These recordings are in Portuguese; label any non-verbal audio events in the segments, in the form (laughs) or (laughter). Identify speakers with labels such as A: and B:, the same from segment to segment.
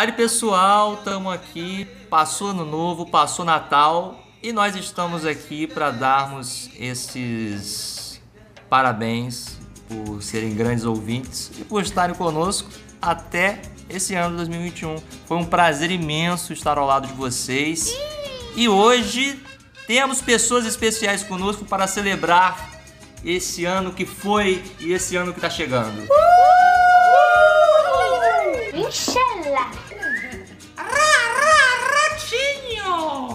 A: Aí pessoal, estamos aqui, passou ano novo, passou Natal e nós estamos aqui para darmos esses parabéns por serem grandes ouvintes e por estarem conosco até esse ano de 2021. Foi um prazer imenso estar ao lado de vocês e hoje temos pessoas especiais conosco para celebrar esse ano que foi e esse ano que está chegando.
B: Inxalá!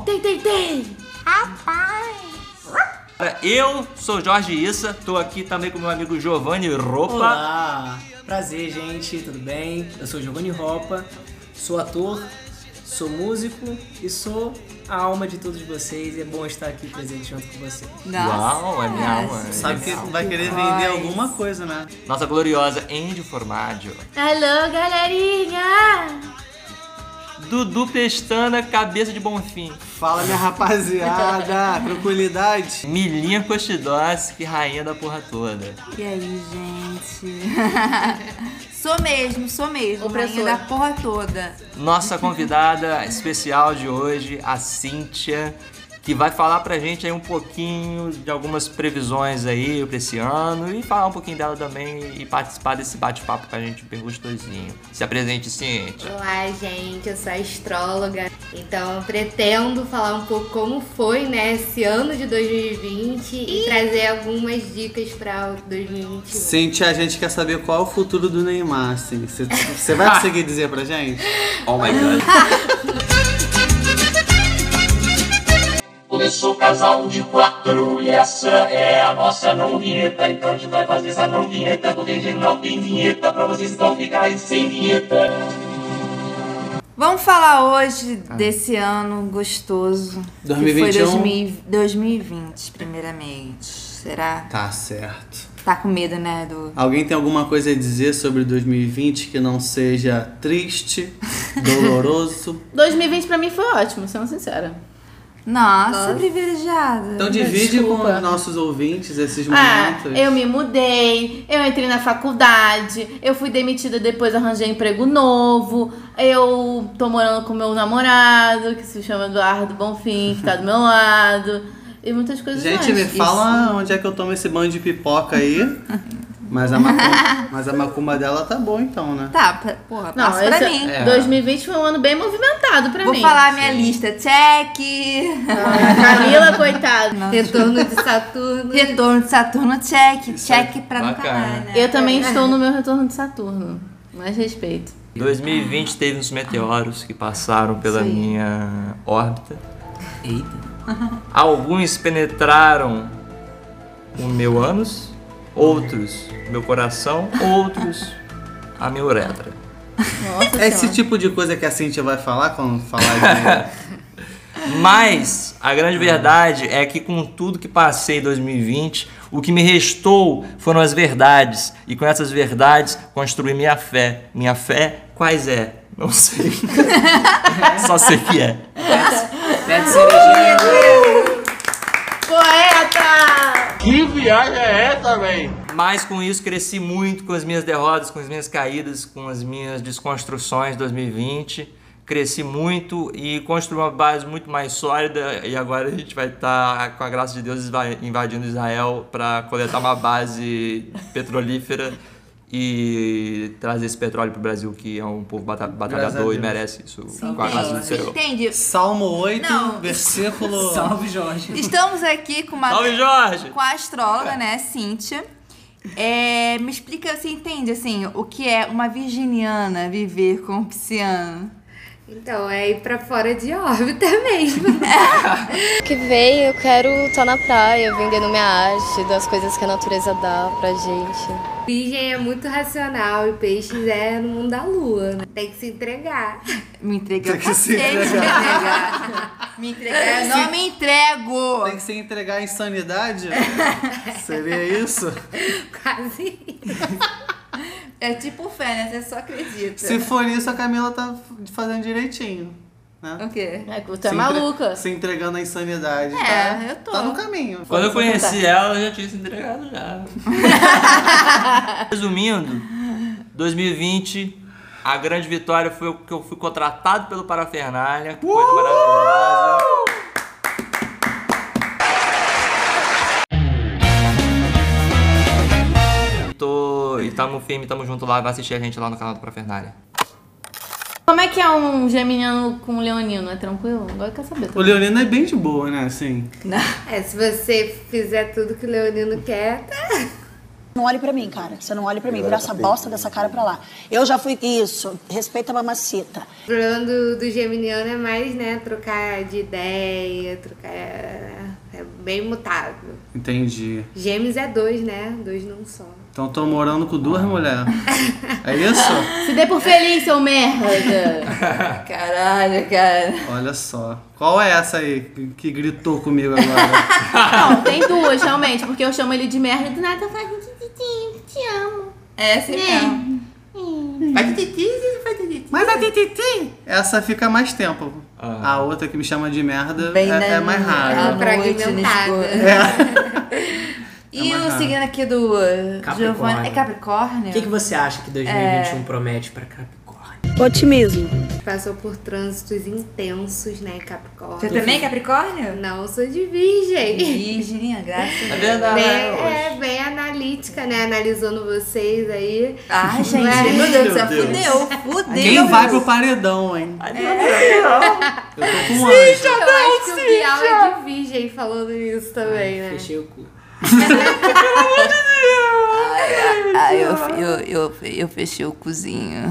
C: Tem, tem, tem!
B: Rapaz!
A: Cara, É, Eu sou Jorge Issa, tô aqui também com meu amigo Giovanni Ropa.
D: Olá! Prazer, gente, tudo bem? Eu sou Giovanni Ropa, sou ator, sou músico e sou a alma de todos vocês e é bom estar aqui presente junto com vocês.
A: Uau, é minha alma.
C: Nossa.
E: Sabe que
A: Legal.
E: vai querer
C: Mas-
E: vender alguma coisa, né?
A: Nossa gloriosa Andy Formaggio.
C: Alô, galerinha!
A: Dudu Pestana, cabeça de Bonfim.
E: Fala, minha rapaziada!
D: (laughs)
E: Tranquilidade!
A: Milinha Costidoski, rainha da porra toda.
C: E aí, é gente? (laughs) sou mesmo, sou mesmo. Rainha
F: Opressora.
C: da porra toda.
A: Nossa convidada (laughs) especial de hoje, a Cíntia, que vai falar pra gente aí um pouquinho de algumas previsões aí pra esse ano e falar um pouquinho dela também e participar desse bate-papo com a gente bem gostosinho. Se apresente, Cíntia.
F: Olá, gente, eu sou astróloga, então eu pretendo falar um pouco como foi, né, esse ano de 2020 e, trazer algumas dicas pra 2021.
E: Sente, a gente quer saber qual é o futuro do Neymar, assim. Você vai conseguir dizer pra gente?
A: Oh my god.
G: Começou o casal de quatro e essa é a nossa não vinheta. Então a gente vai fazer essa não vinheta porque a gente não tem vinheta pra vocês não ficarem sem vinheta.
C: Vamos falar hoje
A: Ah.
C: desse ano gostoso. que foi
E: 2021?
C: 2000 2020, primeiramente. Será?
E: (laughs) Tá certo.
C: Tá com medo, né, do...
E: Alguém tem alguma coisa a dizer sobre 2020 que não seja
H: (laughs)
E: triste, doloroso?
H: 2020 pra mim foi ótimo, sendo sincera.
C: Nossa, privilegiada.
E: Então divide com
H: Desculpa.
E: os nossos ouvintes esses
H: Ah,
E: momentos.
H: eu me mudei, eu entrei na faculdade, eu fui demitida depois arranjei emprego novo, eu tô morando com meu namorado, que se chama Eduardo Bonfim, que tá do meu lado, e muitas coisas
E: Gente, me
H: mais.
E: fala onde é que eu tomo esse banho de pipoca
H: (laughs)
E: aí. Mas a macumba, mas a macumba dela tá boa então, né?
C: Tá, pra- porra,
H: Não,
C: passa pra
H: esse-
C: mim.
E: É.
H: 2020 foi um ano bem movimentado pra
C: Vou
H: mim.
C: falar a minha lista. Check!
H: A Camila, coitada.
F: Retorno
C: (laughs)
F: de Saturno.
C: Retorno de Saturno, check.
A: Isso é
C: Check pra nunca
A: bacana.
C: mais, né?
H: Eu também estou no meu retorno de Saturno. Mais respeito.
A: 2020 teve uns meteoros que passaram pela
C: Sim.
A: minha órbita.
D: Eita!
A: (laughs) Alguns penetraram o meu ânus, outros meu coração, outros a minha uretra.
H: Nossa
E: É esse
H: Senhora.
E: tipo de coisa que a Cintia vai falar quando
H: (laughs)
E: falar de.
A: Mas a grande verdade é que com tudo que passei em 2020, o que me restou foram as verdades. E com essas verdades, construí minha fé. Minha fé, quais é? Não sei. (laughs) Só sei que é.
D: Pede cerejinha!
H: Poeta!
G: Que viagem é essa, véi?
A: Mas com isso cresci muito com as minhas derrotas, com as minhas caídas, com as minhas desconstruções de 2020. Cresci muito e construí uma base muito mais sólida e agora a gente vai estar, com a graça de Deus, esva- invadindo Israel para coletar uma base petrolífera e trazer esse petróleo para o Brasil, que é um povo bata-
E: Graças a
A: batalhador
E: Deus.
A: e merece isso com a graça do
C: Entendi,
A: Senhor.
C: entendi.
E: Salmo 8,
C: Não.
E: versículo.
D: Salve, Jorge!
C: Estamos aqui com uma
A: Salve, Jorge!
C: com a astróloga, né, Cíntia. É, me explica, você entende assim, o que é uma virginiana viver com um pisciano?
F: Então, é ir pra fora de (laughs) órbita mesmo.
I: que vem eu quero estar na praia, vendendo minha arte, das coisas que a natureza dá pra gente.
F: Virgem é muito racional e peixes é no mundo da lua, né? Tem que se entregar. (laughs)
C: Me entregar
E: Tem que
C: pra
E: se
C: sempre, me entregar. (laughs) Me entregar, né? eu não me entrego.
E: Tem que se entregar à
C: (laughs)
E: insanidade? Seria isso?
F: Quase isso.
C: É tipo fé, né, você só acredita.
E: Se for isso, a Camila tá fazendo direitinho. Né?
C: O quê?
H: É que você é
E: Se entre-
H: maluca.
E: Se entregando à insanidade.
C: É,
E: tá,
C: eu tô.
E: Tá no caminho.
A: Quando eu conheci ela, eu já tinha se entregado já. Resumindo, 2020 A grande vitória foi o que eu fui contratado pelo Parafernália. que Coisa maravilhosa. Tô, e tamo firme, tamo junto lá. Vai assistir a gente lá no canal do Parafernália.
H: Como é que é um geminiano com um leonino? É tranquilo? Agora eu quero saber.
E: O Leonino é bem de boa, né? Assim.
F: É, se você fizer tudo que o Leonino quer, tá.
J: Não olhe pra mim, cara. Você não olhe pra mim. Vira essa bosta dessa cara pra lá. Eu já fui isso. Respeita a mamacita.
F: O problema do, do geminiano é mais, né, trocar de ideia, trocar. É bem mutável.
E: Entendi.
F: Gêmeos é dois, né? Dois não só.
E: Então tô morando com duas mulheres.
C: (laughs)
E: É isso?
H: Se dê por feliz, seu merda.
C: Caralho, cara.
E: Olha só. Qual é essa aí que- que gritou comigo
C: (laughs)
E: agora?
H: Não, tem duas, realmente, porque eu chamo ele de merda e do nada eu falo, te amo.
C: É, assim mesmo.
E: Mas a tititi! Essa fica mais tempo.
A: Ah.
E: A outra que me chama de merda
C: Bem
E: é,
C: na-
E: é mais
C: à
E: raro.
F: Ah. Fragmentada.
C: noite, no escuro. (laughs) E
E: É mais
C: o
E: raro.
C: signo aqui do
D: Capricórnio.
C: Giovanni. É Capricórnio?
D: O que, que você acha que 2021 promete pra Capricórnio?
J: Otimismo.
F: Passou por trânsitos intensos, né, Capricórnio?
C: Você também é Capricórnio?
F: Não, eu sou de virgem.
C: Virgem, graças a
A: É
D: Ah,
C: Deus.
A: verdade.
F: Bem-
A: né,
F: é, bem analítica, né? Analisando vocês aí.
C: Ah, gente,
F: Ué.
C: meu Deus, do céu,
E: Meu
C: fudeu, fudeu.
E: Quem vai pro paredão, hein? Eu tô com um
F: Eu
E: anjo.
F: acho que o Bial é de virgem falando isso também, né?
D: Fechei o cu.
C: Ah, eu, eu, eu, eu fechei o cozinho.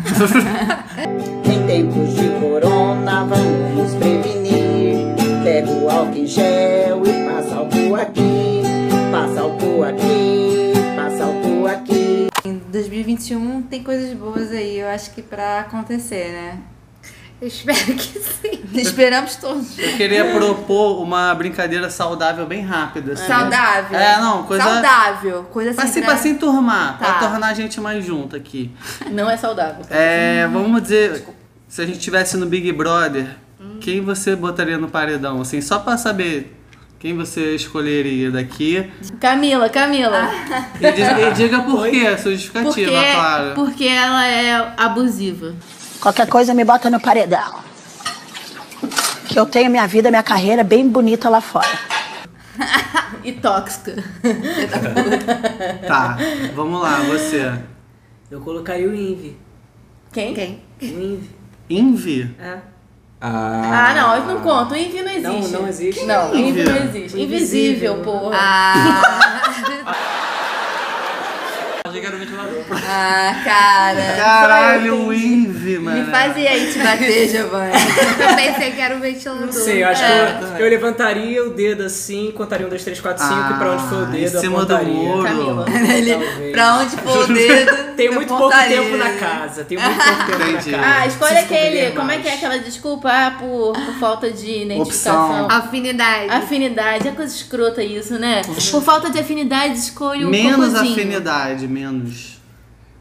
J: Em tempos de corona, vamos nos prevenir. Pega o álcool em gel e passa álcool aqui. Passa álcool aqui, passa álcool aqui.
C: Em 2021 tem coisas boas aí, eu acho que pra acontecer, né?
F: Eu espero que sim.
C: Esperamos todos.
E: Eu queria propor uma brincadeira saudável bem rápida.
C: (laughs)
E: assim.
C: Saudável.
E: É, não, coisa-
C: Saudável. Coisa assim.
E: Pra se,
C: pra-
E: pra se enturmar,
C: Tá.
E: pra tornar a gente mais junto aqui.
H: Não é saudável.
E: É, vamos dizer, se a gente tivesse no Big Brother,
C: Hum.
E: quem você botaria no paredão? Assim, só pra saber quem você escolheria daqui.
H: Camila, Camila.
E: E, di- e diga por quê, é sua
H: Porque,
E: justificativa, claro.
H: porque ela é abusiva.
J: Qualquer coisa me bota no paredão. Que eu tenho minha vida, minha carreira bem bonita lá fora.
H: E tóxica.
E: Tá, vamos lá, você.
D: Eu colocaria o Invi.
H: Quem?
F: Quem?
D: O Invi.
E: Envy?
D: É.
H: Ah, não, eu não conto. O Envy não existe.
D: não existe.
H: Não, o Envy não existe.
D: Invisível.
H: Invisível, porra.
C: Ah,
A: Achei que era o ventilador.
C: ah, cara.
E: Caralho, o Envy, mano.
C: Me faz ir aí te
D: (laughs)
C: bater, Giovanni.
F: Eu pensei que era o ventilador.
D: Não sei, eu acho que eu, eu levantaria o dedo assim, contaria um, dois, três, quatro, cinco, e pra onde foi o
E: Ah,
D: dedo,
E: em cima do
D: apontaria.
E: muro. (laughs)
H: Camila.
D: Ele,
C: pra onde for o dedo.
D: Tem
C: eu
D: muito pouco
C: apontaria.
D: tempo na casa, tem muito pouco tempo
E: Entendi.
D: na casa.
H: Ah, escolhe
D: Preciso
H: aquele.
D: combinar
H: Como é
D: mais.
H: que é aquela desculpa? Ah, por, por falta de identificação.
E: Opção.
F: Afinidade.
E: Ah,
H: Afinidade, é coisa escrota isso, né? Por falta de afinidade, escolho um
E: Menos
H: cocôzinho.
E: afinidade, menos.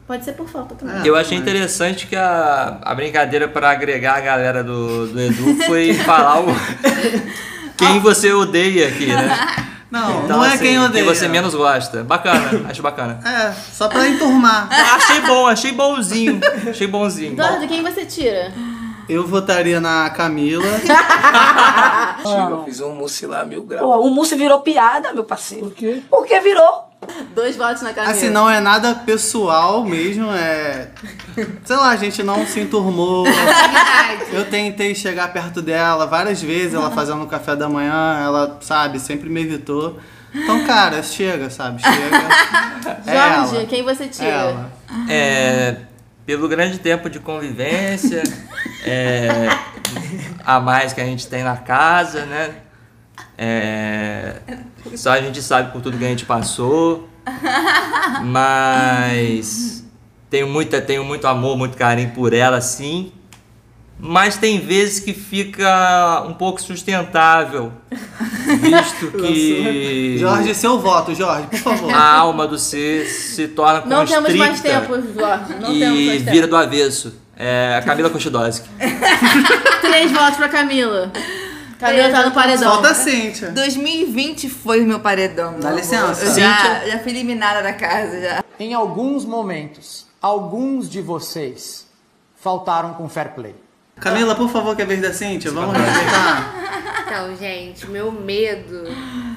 H: Pode ser por falta também.
E: Ah,
A: Eu achei
E: mas-
A: interessante que a, a brincadeira para agregar a galera do, do Edu foi
E: (laughs)
A: falar o, quem você odeia aqui,
E: (laughs)
A: né?
E: Não,
A: Então,
E: não é
A: assim,
E: quem odeia.
A: você menos gosta. Bacana, acho
E: (laughs)
A: bacana.
E: É, só pra enturmar.
A: achei bom, achei bonzinho. Achei bonzinho.
H: Eduardo, quem você tira?
E: Eu votaria na Camila.
J: Pô, o mousse virou piada, meu parceiro. Por quê? Porque virou.
H: Dois votos na Camila.
E: Assim, não é nada pessoal mesmo, é. Sei lá, a gente não se enturmou. Eu tentei chegar perto dela várias vezes, ela fazendo café da manhã, ela, sabe, sempre me evitou. Então, cara, chega, sabe? Chega. É
H: Jorge,
E: ela.
H: quem você tira?
E: É ela.
A: É, pelo grande tempo de convivência, é, a mais que a gente tem na casa, né? É, só a gente sabe por tudo que a gente passou. Mas tenho, muita, tenho muito amor, muito carinho por ela, sim. Mas tem vezes que fica um pouco sustentável, visto que
E: Jorge, seu voto, Jorge, por favor.
A: a alma do ser se torna
H: Não
A: constricta
H: temos mais tempo, Jorge. Não um temos
A: e
H: mais
A: vira
H: tempo.
A: do avesso. É a Camila Kochidowski.
H: Três votos pra Camila. Camila tá no paredão.
E: Volta a Cíntia.
C: 2020 foi o meu paredão.
E: Dá
C: meu
E: licença.
C: amor. Eu já, já fui eliminada da casa, já.
K: Em alguns momentos, alguns de vocês faltaram com fair play. tá
E: Camila, por favor, que é vez da Cíntia, vamos respeitar.
F: Então, gente, meu medo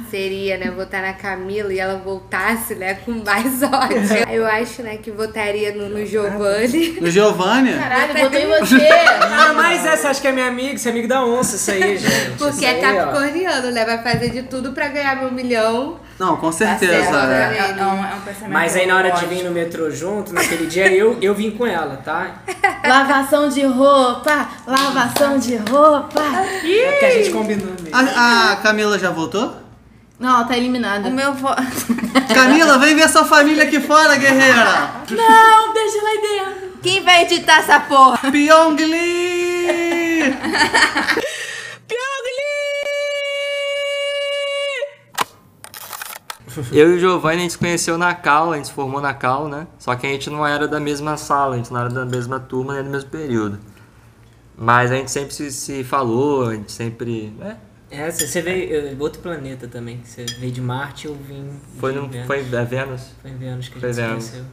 F: seria, né, votar na Camila e ela voltasse, né, com mais (laughs) ódio. Eu acho, né, que votaria no, no Giovanni.
E: No Giovanni?
F: Caralho,
H: votei em você.
D: Ah, mas essa acho que é minha amiga, esse é amigo da onça, isso aí, gente.
F: Porque
D: Isso
F: é
D: aí, ó.
F: capricorniano, né? Vai fazer de tudo pra ganhar meu milhão.
E: Não, com certeza.
F: certo,
E: é.
F: né?
C: É, um, é um pensamento.
D: Mas aí na hora de
C: ótimo.
D: vir no metrô junto, naquele dia, eu, eu vim com ela, tá?
H: Lavação de roupa, lavação de roupa.
D: É porque a gente combinou mesmo.
E: A, a Camila já voltou?
H: Não, ela tá eliminada.
C: O meu vô. (laughs)
E: Camila, vem ver sua família aqui fora, guerreira!
H: Não, deixa lá dentro.
C: Quem vai editar essa porra?
E: Pyongli!
A: Eu e o Giovanni a gente se conheceu na Cal, a gente se formou na Cal, né? Só que a gente não era da mesma sala, a gente não era da mesma turma nem do mesmo período. Mas a gente sempre se, se falou, a gente sempre. né?
D: É, você você veio. eu- Outro planeta também. Você veio de Marte, eu vim.
A: Foi,
D: de
A: no,
D: Vênus.
A: foi da Vênus?
D: Foi em Vênus que a
A: Foi
D: gente se
A: Vênus.
D: conheceu.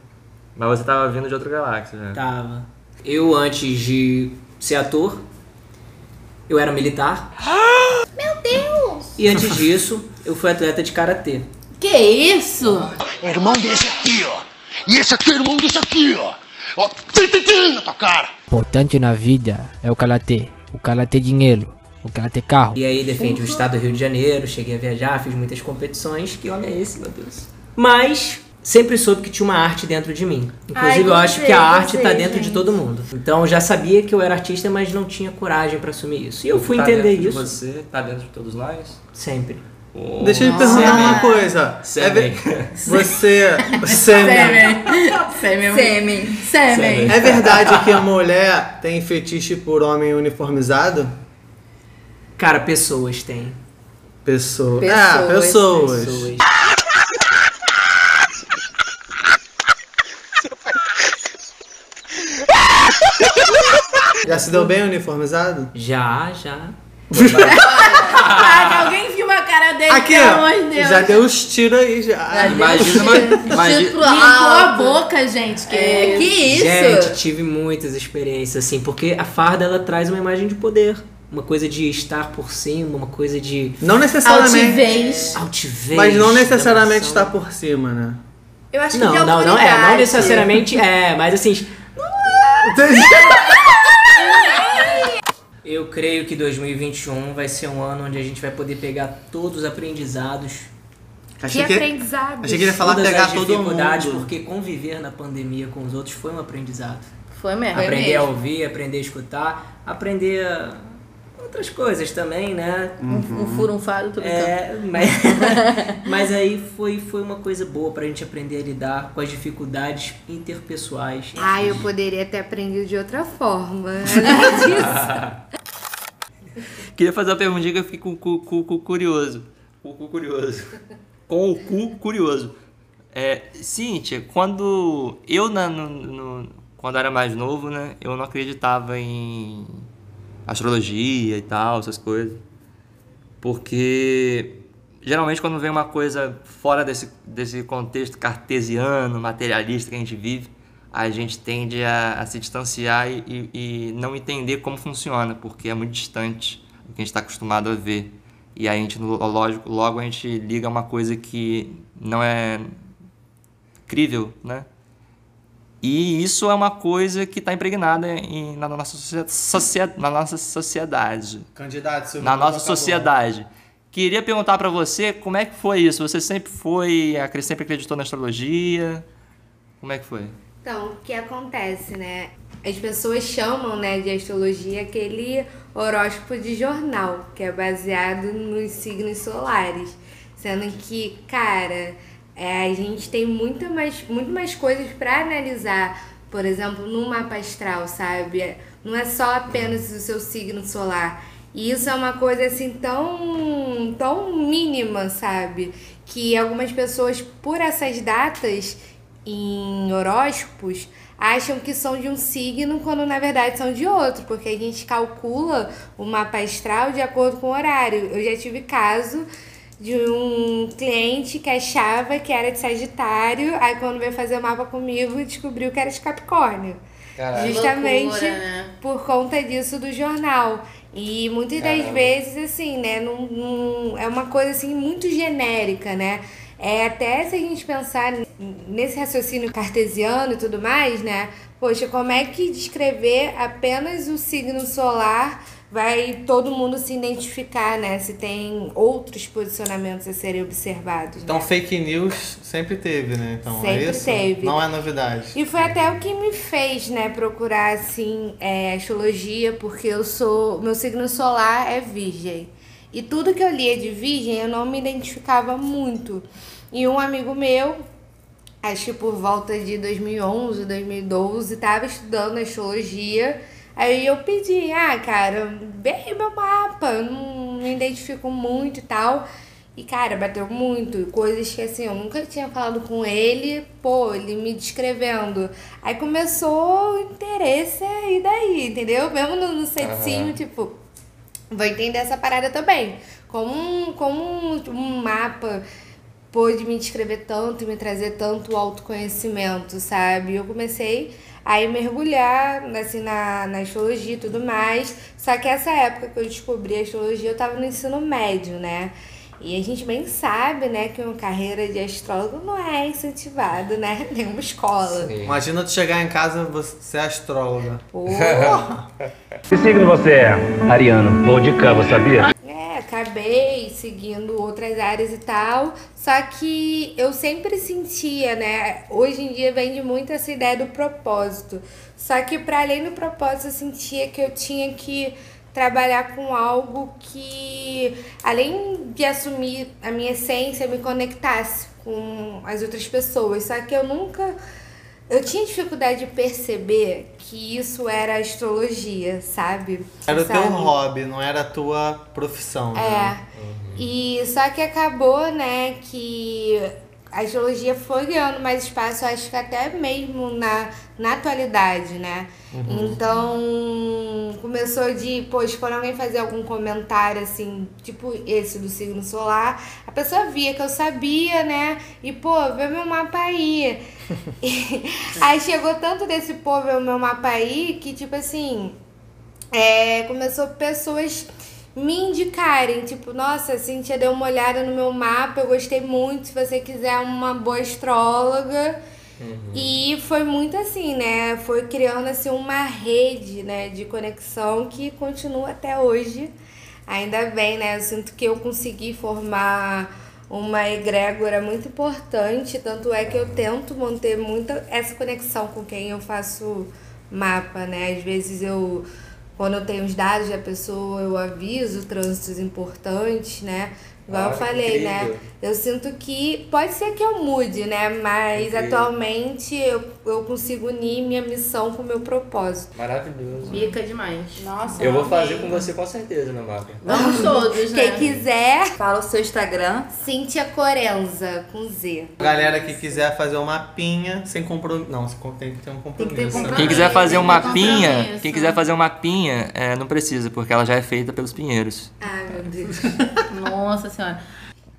A: Mas você tava vindo de outra galáxia,
D: Tá.
A: né?
D: Tava. Eu, antes de ser ator, eu era militar.
B: Meu Deus!
D: E antes disso, eu fui atleta de karatê.
H: Que isso?
G: Irmão desse aqui, ó. E esse aqui é irmão desse aqui, ó. Ó, tim, tim, tim na tua cara.
L: importante na vida é o karatê. O karatê dinheiro, o karatê
A: Ah.
L: carro.
D: E aí defende o estado do Rio de Janeiro, cheguei a viajar, fiz muitas competições. Que homem é esse, meu Deus? Mas sempre soube que tinha uma arte dentro de mim. Inclusive, eu
H: gostei,
D: acho que a arte tá
H: gostei,
D: dentro de
H: gente.
D: todo mundo. Então eu já sabia que eu era artista, mas não tinha coragem pra assumir isso. E eu fui
A: Tá
D: entender
A: dentro de
D: isso
A: você, tá dentro de todos nós?
D: sempre.
E: Deixa eu te perguntar uma coisa.
A: Semen.
E: É ve- Você. Semen.
C: Sêmen. Sêmen.
A: Semen.
E: É verdade que a mulher tem fetiche por homem uniformizado?
D: Cara, pessoas têm.
E: Pessoa.
F: Pessoas.
E: Ah, pessoas.
D: Pessoas.
E: Já se deu bem uniformizado?
D: Já, já.
H: Caraca, alguém viu a cara dele,
E: Aqui,
H: pelo
E: ó.
H: amor de Deus.
E: já deu os tiros aí já.
A: Imagina, uma- imagina,
H: Limpou a boca, gente. É, Que
C: Que isso?
D: Gente, tive muitas experiências assim, porque a farda ela traz uma imagem de poder, uma coisa de estar por cima, uma coisa de
E: Não necessariamente.
H: altivez.
D: altivez.
E: Mas não necessariamente
D: emoção.
E: está por cima, né?
C: Eu acho que de
D: Não, não, não é, não
C: autoridade.
D: necessariamente é, mas assim, eu creio que 2021 vai ser um ano onde a gente vai poder pegar todos os aprendizados,
B: Que
E: Achei que,
B: aprendizado!
E: achei que ele ia falar
D: todas
E: pegar
D: as
E: todo mundo.
D: dificuldades, porque conviver na pandemia com os outros foi um aprendizado.
H: né? Foi É mesmo.
D: aprender a ouvir, aprender a escutar, aprender a- outras coisas também, né?
H: Um,
E: Hum.
H: um furo, um faro, tudo é.
D: É,
M: Então. (laughs)
D: mas, mas aí foi, foi uma coisa boa pra gente aprender a lidar com as dificuldades interpessoais.
F: Ah, eu poderia ter aprendido de outra forma.
D: (laughs)
F: Além disso,
A: Queria fazer uma perguntinha que eu fiquei com o cu, cu- cu curioso. Com o cu curioso. Com o cu curioso. É, Cíntia, quando eu na- no- no- quando era mais novo, né, eu não acreditava em astrologia e tal, essas coisas. Porque geralmente quando vem uma coisa fora desse, desse contexto cartesiano, materialista que a gente vive, a gente tende a, a se distanciar e, e- e não entender como funciona, porque é muito distante do que a gente está acostumado a ver. E aí a gente, lo- lógico, logo a gente liga a uma coisa que não é crível, né? E isso é uma coisa que está impregnada em- na, nossa socie- socie- na nossa sociedade
E: Candidato, seu
A: na
E: voto
A: nossa
E: acabou.
A: sociedade. Queria perguntar pra você como é que foi isso? Você sempre foi, acre- sempre acreditou na astrologia? Como é que foi?
F: então, o que acontece, né? As pessoas chamam, né, de astrologia aquele horóscopo de jornal, que é baseado nos signos solares. Sendo que, cara, é, a gente tem muita mais, muito mais coisas pra analisar. Por exemplo, no mapa astral, sabe? Não é só apenas o seu signo solar. E isso é uma coisa assim tão, tão mínima, sabe? Que algumas pessoas, por essas datas em horóscopos, acham que são de um signo quando na verdade são de outro, porque a gente calcula o mapa astral de acordo com o horário. Eu já tive caso de um cliente que achava que era de Sagitário, aí quando veio fazer o mapa comigo descobriu que era de Capricórnio.
A: Caralho.
F: Justamente
H: Loucura, né?
F: por conta disso do jornal. E muitas das
H: Caramba.
F: vezes, assim, né, não, não- é uma coisa assim muito genérica, né? É até se a gente pensar n- nesse raciocínio cartesiano e tudo mais, né? Poxa, como é que descrever apenas o signo solar vai todo mundo se identificar, né? Se tem outros posicionamentos a serem observados.
E: Então fake news sempre teve, né? Então
F: Sempre
E: é isso?
F: teve.
E: Não é novidade.
F: E foi até o que me fez, né, procurar assim é, astrologia, porque eu sou, meu signo solar é Virgem. E tudo que eu lia de Virgem, eu não me identificava muito. E um amigo meu, acho que por volta de 2011, 2012, tava estudando astrologia. Aí eu pedi, ah, cara, bem meu mapa, eu não me identifico muito e tal. E, cara, bateu muito. Coisas que, assim, eu nunca tinha falado com ele. Pô, ele me descrevendo. Aí começou o interesse e daí, entendeu? Mesmo no, no ceticinho,
H: Aham.
F: tipo... Vou entender essa parada também. Como um, como um, um mapa pôde me descrever tanto e me trazer tanto autoconhecimento, sabe? E Eu comecei a ir mergulhar assim, na, na astrologia e tudo mais. Só que essa época que eu descobri a astrologia, eu tava no ensino médio, né? E a gente bem sabe, né, que uma carreira de astrólogo não é incentivada, né? (laughs) Nenhuma escola.
E: Imagina tu chegar em casa e você ser astróloga.
K: Que signo você é? Ariano. Bom de cama, sabia?
F: É, acabei seguindo outras áreas e tal, só que eu sempre sentia, né? Hoje em dia vende muito essa ideia do propósito. Só que para além do propósito, eu sentia que eu tinha que trabalhar com algo que, além de assumir a minha essência, me conectasse com as outras pessoas. Só que eu nunca eu tinha dificuldade de perceber que isso era astrologia, sabe?
E: Era o teu
F: Sabe?
E: hobby, não era a tua profissão. né?
F: É. E só que acabou, né, que a astrologia foi ganhando mais espaço, eu acho que até mesmo na, na atualidade, né?
H: Uhum.
F: Então começou de, poxa, quando alguém fazia algum comentário assim, tipo esse do signo solar, a pessoa via que eu sabia, né? E, pô, vê meu mapa aí. (laughs) aí chegou tanto desse pô, vê o meu mapa aí, que tipo assim. É, começou pessoas me indicarem, tipo, nossa, a Cintia deu uma olhada no meu mapa, eu gostei muito, se você quiser uma boa astróloga. E foi muito assim, né? Foi criando assim uma rede, né, de conexão que continua até hoje. Ainda bem, né? Eu sinto que eu consegui formar uma egrégora muito importante, tanto é que eu tento manter muita essa conexão com quem eu faço mapa, né? Às vezes eu quando eu tenho os dados da pessoa, eu aviso trânsitos importantes, né? Igual
H: Ah,
F: eu
H: que
F: falei, né?
H: incrível.
F: Eu sinto que pode ser que eu mude, né? Mas
H: Incrível.
F: atualmente eu, eu consigo unir minha missão com o meu propósito.
N: Maravilhoso.
H: Bica demais. Nossa,
N: Eu vou fazer com você com certeza, meu mapa.
H: Vamos todos, né?
F: Quem
C: é.
F: quiser,
C: fala o seu Instagram.
F: Cintia Corenza, com Z.
E: A galera que quiser fazer um mapinha sem compromisso. Não, você tem que ter um compromisso. né?
A: Quem quiser fazer um mapinha, quem quiser fazer um mapinha, é, não precisa, porque ela já é feita pelos pinheiros.
F: Ai, Ah,
C: (laughs)
F: meu Deus.
H: Nossa senhora.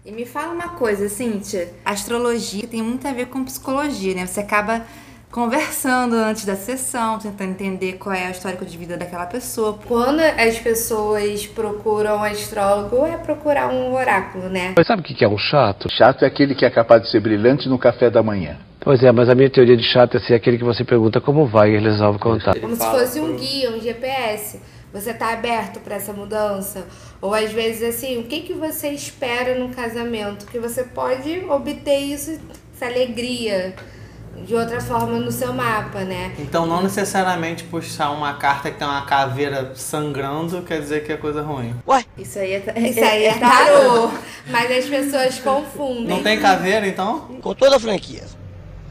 C: E me fala uma coisa, Cíntia. Astrologia tem muito a ver com psicologia, né? Você acaba conversando antes da sessão, tentando entender qual é o histórico de vida daquela pessoa.
F: Quando as pessoas procuram um astrólogo, é procurar um oráculo, né?
O: Mas sabe o que que é o chato? Chato é aquele que é capaz de ser brilhante no café da manhã.
L: Pois é, mas a minha teoria de chato é ser aquele que você pergunta como vai e ele resolve contar.
F: Como se fosse um guia, um GPS. Você tá aberto para essa mudança? Ou às vezes assim, o que que você espera num casamento? Que você pode obter isso, essa alegria de outra forma no seu mapa, né?
E: Então não necessariamente puxar uma carta que tem uma caveira sangrando quer dizer que é coisa ruim.
F: Ué, isso aí é, isso
C: é-
F: aí é
C: é tarô.
F: tarô. Mas as pessoas confundem.
E: Não tem caveira então?
P: Com toda a franqueza.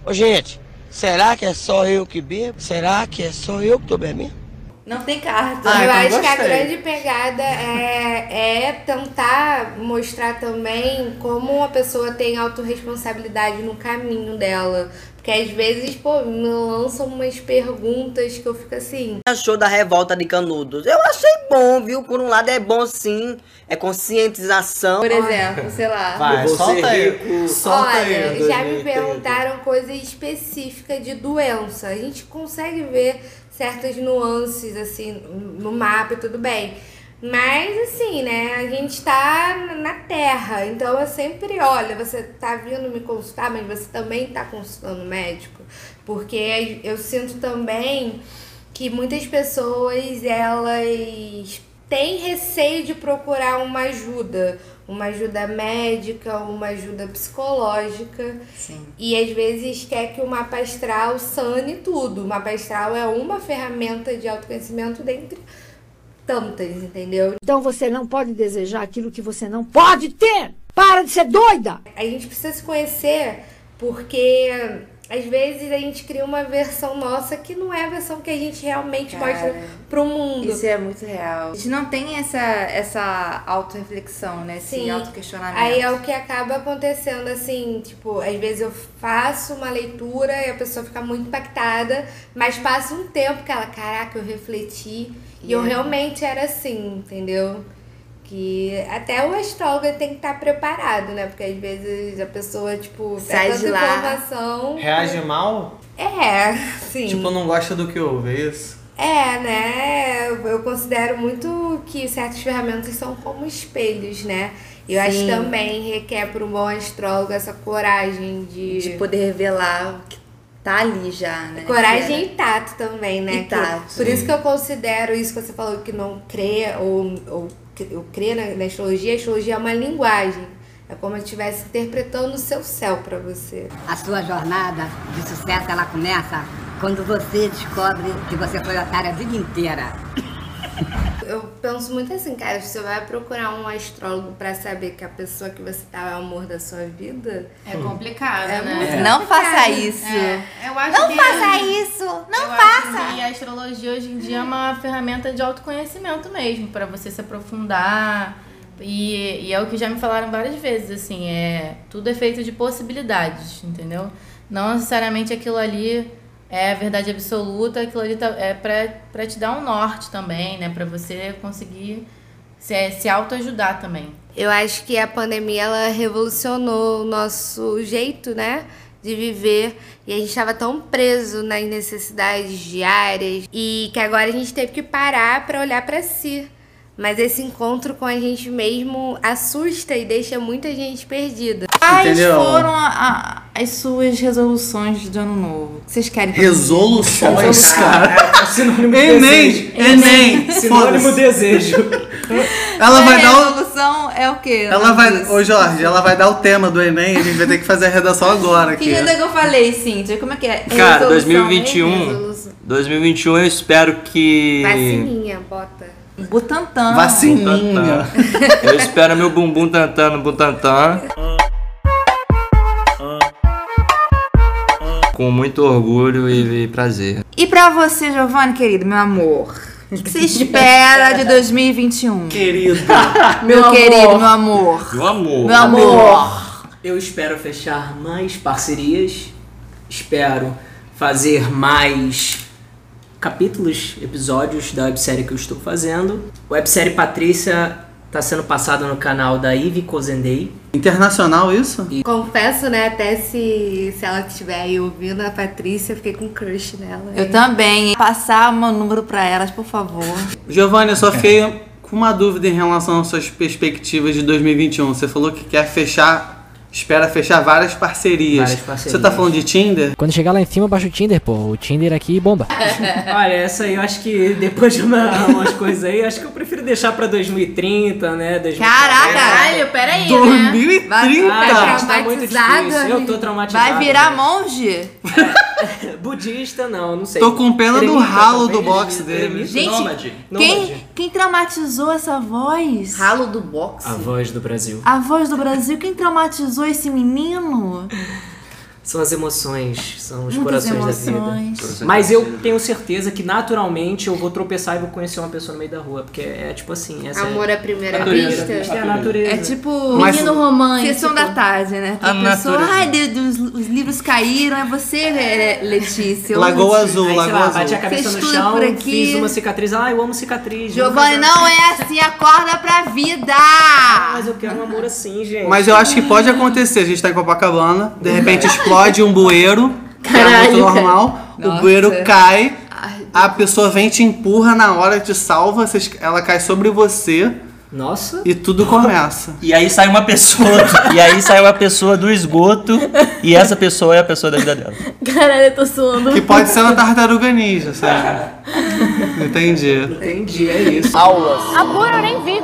P: Ô gente, será que é só eu que bebo? Será que é só eu que tô bebendo?
C: Não tem carta.
F: eu acho que a grande pegada é, é tentar mostrar também como uma pessoa tem autorresponsabilidade no caminho dela. Porque às vezes, pô, me lançam umas perguntas que eu fico assim.
M: achou da revolta de Canudos? Eu achei bom, viu? Por um lado é bom sim, é conscientização.
F: Por exemplo, sei lá.
M: Vai, solta aí. Solta
F: Olha,
M: aí,
F: já
M: 2030.
F: me perguntaram coisa específica de doença. A gente consegue ver certas nuances, assim, no mapa e tudo bem. Mas, assim, né, a gente tá na terra, então eu sempre, olha, você tá vindo me consultar, mas você também tá consultando o médico. Porque eu sinto também que muitas pessoas elas têm receio de procurar uma ajuda, uma ajuda médica, uma ajuda psicológica.
C: Sim.
F: E às vezes quer que o mapa astral sane tudo. O mapa astral é uma ferramenta de autoconhecimento dentre tantas, entendeu?
Q: Então você não pode desejar aquilo que você não pode ter. Para de ser doida!
F: A gente precisa se conhecer porque às vezes a gente cria uma versão nossa que não é a versão que a gente realmente
C: Cara,
F: mostra pro mundo.
C: Isso é muito real. A gente não tem essa, essa autorreflexão, né? Esse
F: Sim.
C: autoquestionamento.
F: Aí é o que acaba acontecendo, assim, tipo, às vezes eu faço uma leitura e a pessoa fica muito impactada, mas passa um tempo que ela, caraca, eu refleti e eu
C: Yeah.
F: realmente era assim, entendeu? Que até o astrólogo tem que estar preparado, né? Porque às vezes a pessoa, tipo, é
C: Sai de
F: tanta
C: lá.
F: informação.
E: Reage mal?
F: É, (laughs) sim.
E: Tipo, não gosta do que ouve, é isso?
F: É, né? Eu eu considero muito que certas ferramentas são como espelhos, né? E eu acho
C: Sim.
F: também requer para um bom astrólogo essa coragem de.
C: De poder revelar o que tá ali já, né?
F: Coragem e tato também, né?
C: E
F: Que-
C: tato.
F: por isso que eu considero isso que você falou que não crê ou, ou, ou crê na, na astrologia. A astrologia é uma linguagem. É como se eu estivesse interpretando o seu céu para você.
R: A sua jornada de sucesso ela começa quando você descobre que você foi otária a vida inteira.
F: Eu penso muito assim, cara, se você vai procurar um astrólogo pra saber que a pessoa que você tá é o amor da sua vida.
H: É complicado,
F: É
H: né?
F: muito Não complicado. faça isso.
H: É, eu acho
F: Não
H: que-
F: faça isso. Não
H: eu
F: faça.
H: Acho que a astrologia hoje em dia é uma ferramenta de autoconhecimento mesmo, pra você se aprofundar. E, e é o que já me falaram várias vezes, assim, é tudo é feito de possibilidades, entendeu? Não necessariamente aquilo ali é a verdade absoluta, aquilo ali tá- é pra, pra te dar um norte também, né? Pra você conseguir se, é, se autoajudar também.
F: Eu acho que a pandemia ela revolucionou o nosso jeito, né? De viver. E a gente estava tão preso nas necessidades diárias. E que agora a gente teve que parar pra olhar pra si. Mas esse encontro com a gente mesmo assusta e deixa muita gente perdida.
C: Quais
E: Então.
C: foram a- a- as suas resoluções de ano novo? O que vocês querem?
E: Resoluções,
C: Resolução.
E: cara.
D: É, Sinônimo de
E: Enem!
D: desejo.
E: Enem!
D: Sinônimo
E: Foda-se.
D: desejo.
E: Ela vai dar o.
C: Resolução é o quê?
E: Ela vai. Ô, Jorge, ela vai dar o tema do Enem. A gente vai ter que fazer a redação agora
C: Que
E: aqui.
C: dia que eu falei, Cíntia? Como é que é?
A: Cara,
C: Resolução,
A: 2021.
C: resolução.
A: 2021 eu espero que.
F: Vacininha, bota.
C: Butantan.
A: Vacininha.
E: Ah.
A: Eu espero meu bumbum tantã no Butantan. Com muito orgulho e, e prazer.
C: E pra você, Giovanni, querido, meu
E: (laughs)
C: amor? O que que você espera de 2021?
E: Querido.
C: Meu,
D: Meu
C: querido,
D: amor.
C: meu amor.
A: Meu amor.
C: Meu amor.
D: Eu espero fechar mais parcerias. Espero fazer mais capítulos, episódios da websérie que eu estou fazendo. Websérie Patrícia está sendo passada no canal da Ivy Cozendei.
E: Internacional isso?
F: Confesso, né? Até se, se ela estiver aí ouvindo a Patrícia, eu fiquei com crush nela.
C: Eu também. hein? Passar meu número pra elas, por favor.
E: Giovanni, eu só fiquei com uma dúvida em relação às suas perspectivas de 2021. Você falou que quer fechar. Espera fechar várias parcerias.
D: Várias parcerias.
E: Você tá falando de Tinder?
L: Quando chegar lá em cima, baixa o Tinder, pô. O Tinder aqui bomba.
D: (laughs) Olha, essa aí eu acho que depois de uma- umas coisas aí, acho que eu prefiro deixar pra 2030, né? 2040.
C: É
H: Caralho, peraí, né?
E: 2030?
D: Ah, gente, tá muito difícil. Eu tô traumatizado. né?
C: Vai virar monge?
D: Budista, não, não sei. tá
E: Tô com pena do
D: Eremita
E: ralo
D: também,
E: do box
D: eremita,
E: dele.
D: eremita,
C: Gente,
D: nômade, nômade.
C: Quem, quem traumatizou essa voz? Ralo do boxe.
D: A voz do Brasil.
C: A voz do Brasil, quem traumatizou esse menino?
D: São as emoções, são os
C: Muitas
D: corações
C: emoções.
D: da vida. Mas eu tenho certeza que naturalmente eu vou tropeçar e vou conhecer uma pessoa no meio da rua, porque é tipo assim, essa
F: Amor
D: é...
F: à primeira
D: Natureza.
F: vista.
D: É a natureza.
C: É tipo
D: Mas-
C: menino romântico. Sessão da tarde, né?
E: A
C: A pessoa,
E: natureza.
C: ai, Deus, os, os livros caíram, é você, Le- Letícia.
E: Lagoa
C: Onde?
D: Aí,
E: Azul,
D: sei
E: Lagoa
D: lá,
E: Azul.
D: bati a cabeça
C: Fez
D: no
C: tudo
D: chão,
C: por aqui.
D: fiz uma cicatriz. Ah, eu amo cicatriz.
C: Giovanni, não é assim, acorda pra vida! Mas
D: eu quero um amor assim, gente.
E: Mas eu acho que pode acontecer. A gente tá em Copacabana, de repente explode um bueiro,
C: Caralho,
E: que é muito
C: cara.
E: normal. O
C: Nossa.
E: bueiro cai, a pessoa vem te empurra na hora, te salva, vocês- ela cai sobre você.
D: Nossa.
E: E tudo começa.
S: E aí sai uma pessoa.
F: (laughs)
S: e aí sai uma pessoa do esgoto. E essa pessoa é a pessoa da vida dela.
H: Caralho, eu tô suando.
E: Que pode ser uma tartaruga ninja, sabe? Entendi.
D: Entendi, é isso. (laughs)
T: Aulas.
I: Apuro, eu nem vi.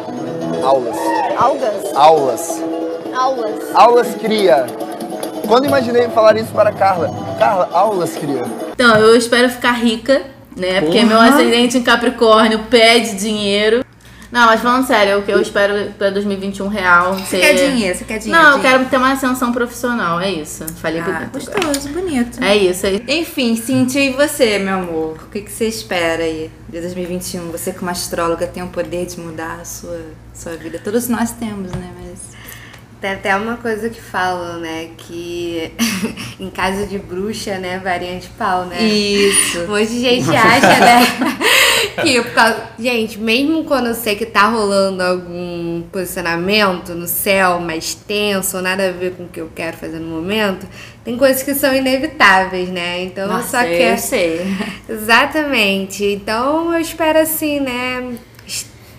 T: Aulas.
I: Algas.
T: Aulas.
I: Aulas.
T: Aulas cria. Quando imaginei falar isso para Carla? Carla, aulas cria.
H: Então, eu espero ficar rica, né? Porque
T: Porra.
H: meu ascendente em Capricórnio pede dinheiro. Não, mas falando sério, é o que eu espero pra 2021 real ser...
C: quer dinheiro, você quer dinheiro,
H: Não, eu
C: dinheiro.
H: quero ter uma ascensão profissional, é isso. Falei
C: Ah,
H: bonito. agora.
C: gostoso, bonito.
H: É isso, é isso.
C: Enfim, Cintia, e você, meu amor? O que, que você espera aí de 2021? Você, como astróloga, tem o poder de mudar a sua, sua vida. Todos nós temos, né? Mas.
F: Tem até uma coisa que falam, né? Que (laughs) em casa de bruxa, né? Varinha de pau, né?
C: Isso.
F: Um monte de gente acha, né? (laughs) que por causa... Gente, mesmo quando eu sei que tá rolando algum posicionamento no céu mais tenso, ou nada a ver com o que eu quero fazer no momento, tem coisas que são inevitáveis, né? Então eu
C: Nossa, é
F: só
C: eu
F: quero.
C: sei.
F: Exatamente. Então eu espero assim, né?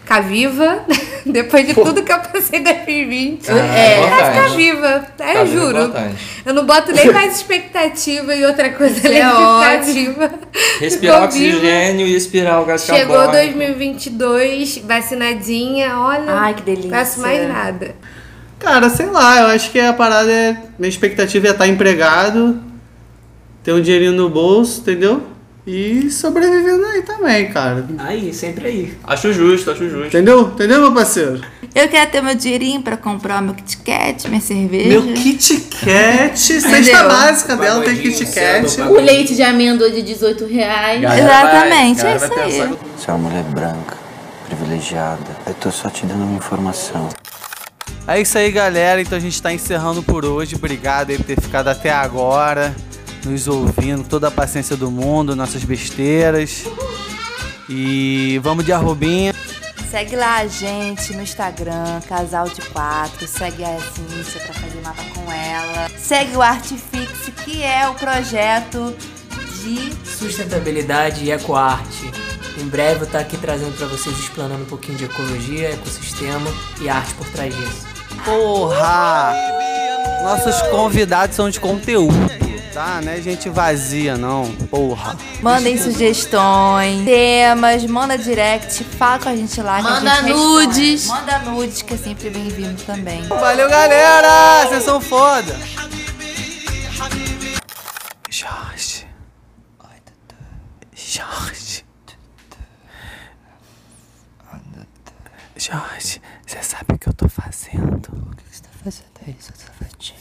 F: Ficar viva (laughs) depois de tudo que eu passei em 2020.
C: Ah, é
F: eu quero
C: importante.
F: ficar viva. É,
C: Tá
F: eu
C: viva é
F: juro.
C: importante.
F: Eu não boto nem mais expectativa e outra coisa
C: Isso
F: além
C: é
F: de expectativa.
A: Respirar
F: Ficou viva.
A: oxigênio e expirar o gás
F: Chegou
C: né?
A: carbônico.
F: 2022, vacinadinha, olha. Ai, que delícia. Faço mais nada.
E: Cara, sei lá, eu acho que a parada é. Minha expectativa é estar empregado, ter um dinheirinho no bolso, entendeu? E sobrevivendo aí também, cara.
D: Aí, sempre aí.
A: Acho justo, acho justo.
E: Entendeu? Entendeu, meu parceiro?
C: Eu quero ter meu dinheirinho pra comprar o meu Kit Kat, minha cerveja.
E: Meu Kit Kat, cesta
C: Uhum. Entendeu?
E: básica dela tem Kit Kat.
T: Tá
H: O leite de amêndoa de 18 reais.
U: Você é uma mulher branca, privilegiada. Eu tô só te dando uma informação.
E: É isso aí, galera. Então a gente tá encerrando por hoje. Obrigado aí por ter ficado até agora, nos ouvindo, toda a paciência do mundo, nossas besteiras. E vamos de arrobinha.
C: Segue lá a gente no Instagram, Casal de Quatro. Segue a Cíntia pra fazer mapa com ela. Segue o Artifix, que é o projeto de.
D: Sustentabilidade e ecoarte. Em breve eu vou estar aqui trazendo para vocês, explanando um pouquinho de ecologia, ecossistema e arte por trás disso.
E: Porra! Nossos convidados são de conteúdo, tá? Não é gente vazia, não. Porra.
C: Mandem sugestões, temas, manda direct, fala com a gente lá. que a
H: Manda
C: gente
H: nudes.
C: responde. Manda nudes, que é sempre bem-vindo também.
E: Valeu, galera! Vocês são foda! Jorge. Jorge. Jorge, você sabe o que eu tô fazendo? O que você tá fazendo isso, safadinho?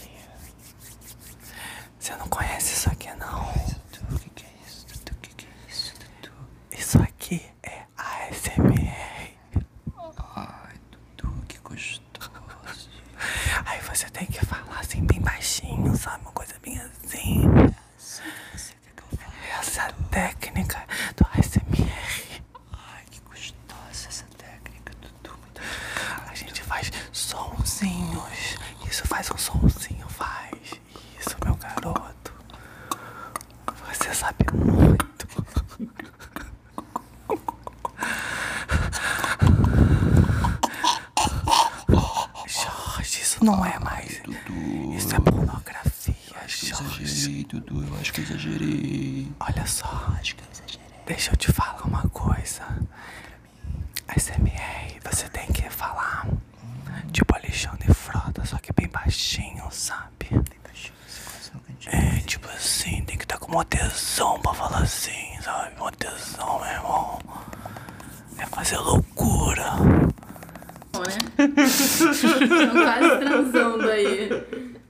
E: Você não conhece isso aqui, não? O que é isso, Dudu? O que é isso, Dudu? Isso aqui é ASMR. Ai, Dudu, que gostoso. Aí você tem que falar assim, bem baixinho, sabe? Uma coisa bem assim. Essa técnica do ASMR. Ai, que gostosa essa técnica, Dudu. A gente faz sonzinhos. Isso faz um sonzinho, faz. Isso, meu garoto. Você sabe muito. Jorge, isso não é mais. Isso é pornografia. Jorge.
U: Dudu, eu acho que exagerei.
E: Olha só. Deixa eu te falar uma coisa. SMR, você tem que falar tipo Alexandre Frota, só que bem baixinho, sabe? É, tipo assim, tem que estar com uma tesão pra falar assim, sabe? Uma tesão, meu irmão. É fazer loucura.
H: Estão quase transando aí.